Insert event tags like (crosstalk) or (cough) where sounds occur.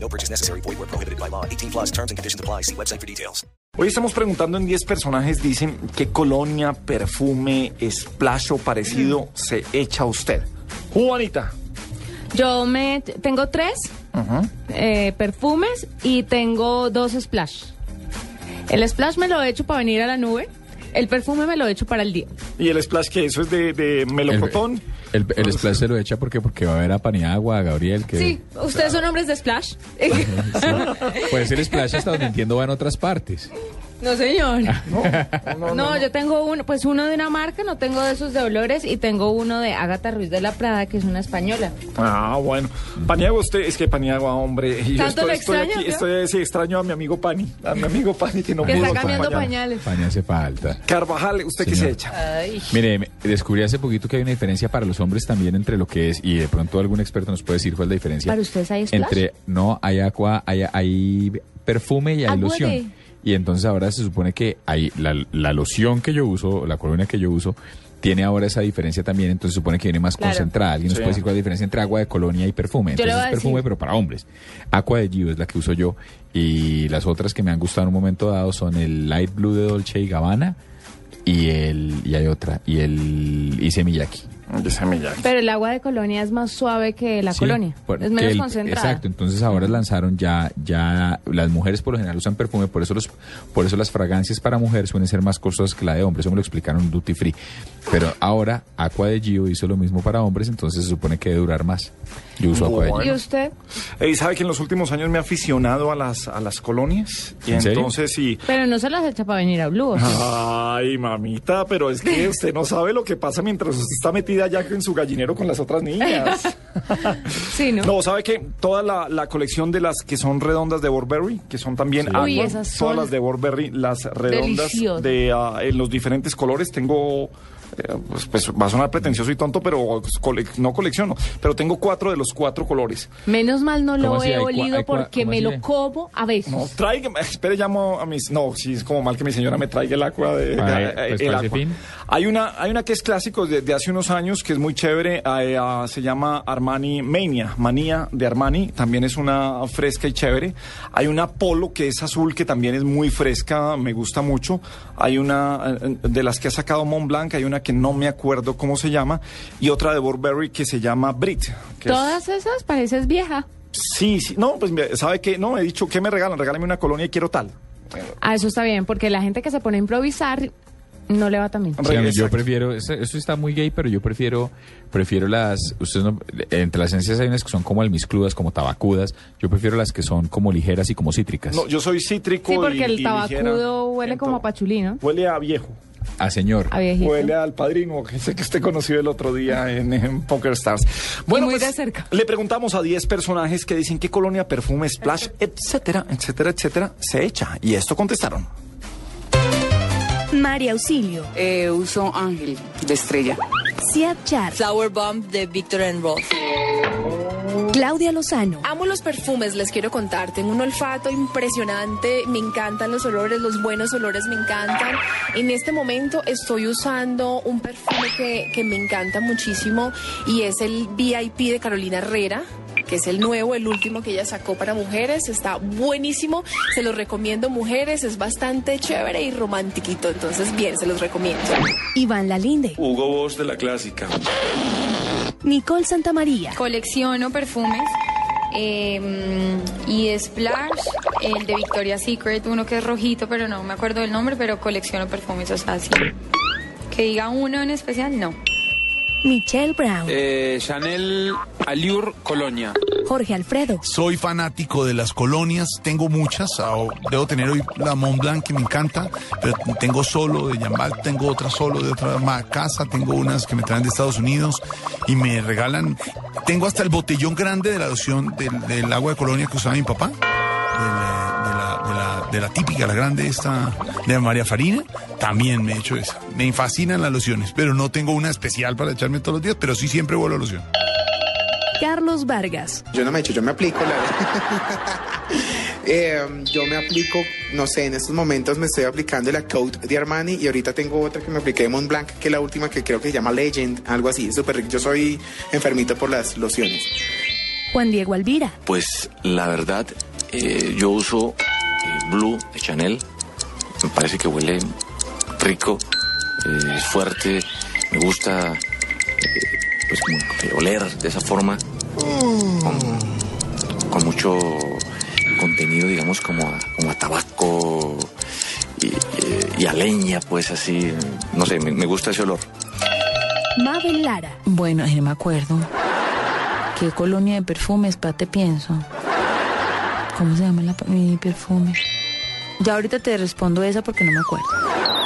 No purchase necessary. Void where prohibited by law. 18 plus terms and conditions apply. See website for details. Hoy estamos preguntando en 10 personajes, dicen, ¿qué colonia, perfume, splash o parecido se echa usted? Juanita. Yo me tengo tres eh, perfumes y tengo dos splash. El splash me lo he hecho para venir a la nube. El perfume me lo he hecho para el día. ¿Y el splash que eso es de, de melocotón? El, el, el splash se lo echa porque, porque va a ver a Paniagua, a Gabriel, que Sí, ustedes son hombres de splash. pues el splash hasta donde entiendo va en otras partes. no, señor. No, yo tengo uno, pues uno de una marca, no tengo de esos de olores y tengo uno de Agatha Ruiz de la Prada, que es una española. Ah, bueno. Paniagua, usted, es que Paniagua, hombre. y Yo Tanto lo extraña, aquí, ¿no? estoy, sí, extraño a mi amigo Pani, a mi amigo Pani que no Que pudo está cambiando acompañarnos. pañales. España hace falta. Carvajal, ¿usted qué se Señor. echa? Ay. Mire, me- descubrí hace poquito que hay una diferencia para los hombres también entre lo que es, y de pronto algún experto nos puede decir cuál es la diferencia. ¿Para ustedes hay splash? Entre, no, hay agua, hay, hay perfume y hay Agua loción. de- Y entonces ahora se supone que hay la, la loción que yo uso, la colonia que yo uso, tiene ahora esa diferencia también, entonces se supone que viene más Claro. concentrada. Alguien nos Sí. puede decir cuál es la diferencia entre agua de colonia y perfume. Yo le Entonces voy a es perfume, decir. pero para hombres. Aqua de Gio es la que uso yo. Y las otras que me han gustado en un momento dado son el Light Blue de Dolce y Gabbana y el y hay otra y el hice Miyaki. Dice Miyagi. Pero el agua de colonia es más suave que la Sí, colonia. por- es menos que el- concentrada. Exacto, entonces ahora lanzaron ya ya las mujeres por lo general usan perfume, por eso los por eso las fragancias para mujeres suelen ser más costosas que la de hombres, eso me lo explicaron en Duty Free. Pero ahora Aqua de Gio hizo lo mismo para hombres, entonces se supone que debe durar más. Yo uso Aqua de Gio. ¿Y usted? Eh, ¿Sabe que en los últimos años me he aficionado a las, a las colonias? Y ¿En serio? entonces, sí. Pero no se las echa para venir a Blue. ¿o sí? Ay, mamita, pero es que usted no sabe lo que pasa mientras usted está metida ya en su gallinero con las otras niñas. Sí, (laughs) ¿no? No, ¿sabe que Toda la, la colección de las que son redondas de Burberry, que son también agua, Uy, esas son todas las de Burberry, las redondas deliciosas. de, ah, en los diferentes colores, tengo, eh, pues, pues, va a sonar pretencioso y tonto, pero cole- no colecciono, pero tengo cuatro de los cuatro colores. Menos mal no lo ¿Cómo así? he ¿Hay cua- olido hay cua- porque cómo me así? lo como a veces. No, tráigame, espere, llamo a mis. No, sí, es como mal que mi señora me traiga el agua de. Ah, eh, pues, el ¿cuál es el agua. fin? Hay una, hay una que es clásico de, de hace unos años que es muy chévere. eh, ah, se llama Armani Mania, Manía de Armani. También es una fresca y chévere. Hay una Polo que es azul que también es muy fresca, me gusta mucho. Hay una eh, de las que ha sacado Montblanc, hay una que no me acuerdo cómo se llama. Y otra de Burberry que se llama Brit. que es- Todas esas pareces vieja. Sí, sí. No, pues mira, ¿sabe qué? No, he dicho, ¿qué me regalan? Regálame una colonia y quiero tal. Ah, eso está bien, porque la gente que se pone a improvisar no le va tan bien. Sí, a mí yo Exacto. prefiero, eso eso está muy gay, pero yo prefiero, prefiero las, ustedes no- entre las esencias hay unas que son como almizcludas, como tabacudas, yo prefiero las que son como ligeras y como cítricas. No, yo soy cítrico. Sí, porque y- el y ligera. tabacudo huele como a Entonces, pachulí, ¿no? Huele a viejo. A Ah, señor. A viejito. Huele al padrino, que sé que usted conoció el otro día en, en Poker Stars. pues, muy de cerca. le preguntamos a 10 personajes que dicen qué colonia, perfume, splash, etcétera, etcétera, etcétera, se echa. Y esto contestaron. María Auxilio, Eh, uso Ángel de Estrella. Siad Char, Flower Bomb de Victor and Rolf. Claudia Lozano, Amo los perfumes, les quiero contar. Tengo un olfato impresionante, me encantan los olores, los buenos olores me encantan. En este momento estoy usando un perfume que, que me encanta muchísimo y es el VIP de Carolina Herrera que es el nuevo, el último que ella sacó para mujeres, está buenísimo, se los recomiendo mujeres, es bastante chévere y romantiquito, entonces bien, se los recomiendo. Iván Lalinde, Hugo Boss de la clásica. Nicole Santamaría, Colecciono perfumes eh, y Splash, el de Victoria's Secret, uno que es rojito, pero no me acuerdo del nombre, pero colecciono perfumes, o sea, así. Que diga uno en especial, no. Michelle Brown, Eh, Chanel Allure Colonia. Jorge Alfredo, Soy fanático de las colonias, tengo muchas. ah, Debo tener hoy la Mont Blanc que me encanta, pero tengo solo de Yamal, tengo otra solo de otra ma- casa, tengo unas que me traen de Estados Unidos y me regalan. Tengo hasta el botellón grande eh, de la loción del, del agua de colonia que usaba mi papá, de la- de la- de la- de la típica, la grande esta de María Farina, también me he hecho esa. Me fascinan las lociones, pero no tengo una especial para echarme todos los días, pero sí siempre vuelo a loción. Carlos Vargas. Yo no me echo, yo me aplico, la (laughs) Eh, yo me aplico, no sé, en estos momentos me estoy aplicando la Coat de Armani y ahorita tengo otra que me apliqué de Montblanc, que es la última que creo que se llama Legend, algo así. Súper rico. Yo soy enfermito por las lociones. Juan Diego Alvira. Pues la verdad, eh, yo uso eh, Blue de Chanel. Me parece que huele rico, eh, es fuerte, me gusta eh, pues, como que oler de esa forma, con, con mucho contenido, digamos, como a, como a tabaco y, eh, y a leña, pues así. No sé, me- me gusta ese olor. Mabel Lara. Bueno, yo no me acuerdo. ¿Qué colonia de perfumes, pa, te pienso? ¿Cómo se llama la- mi perfume? Ya ahorita te respondo esa porque no me acuerdo.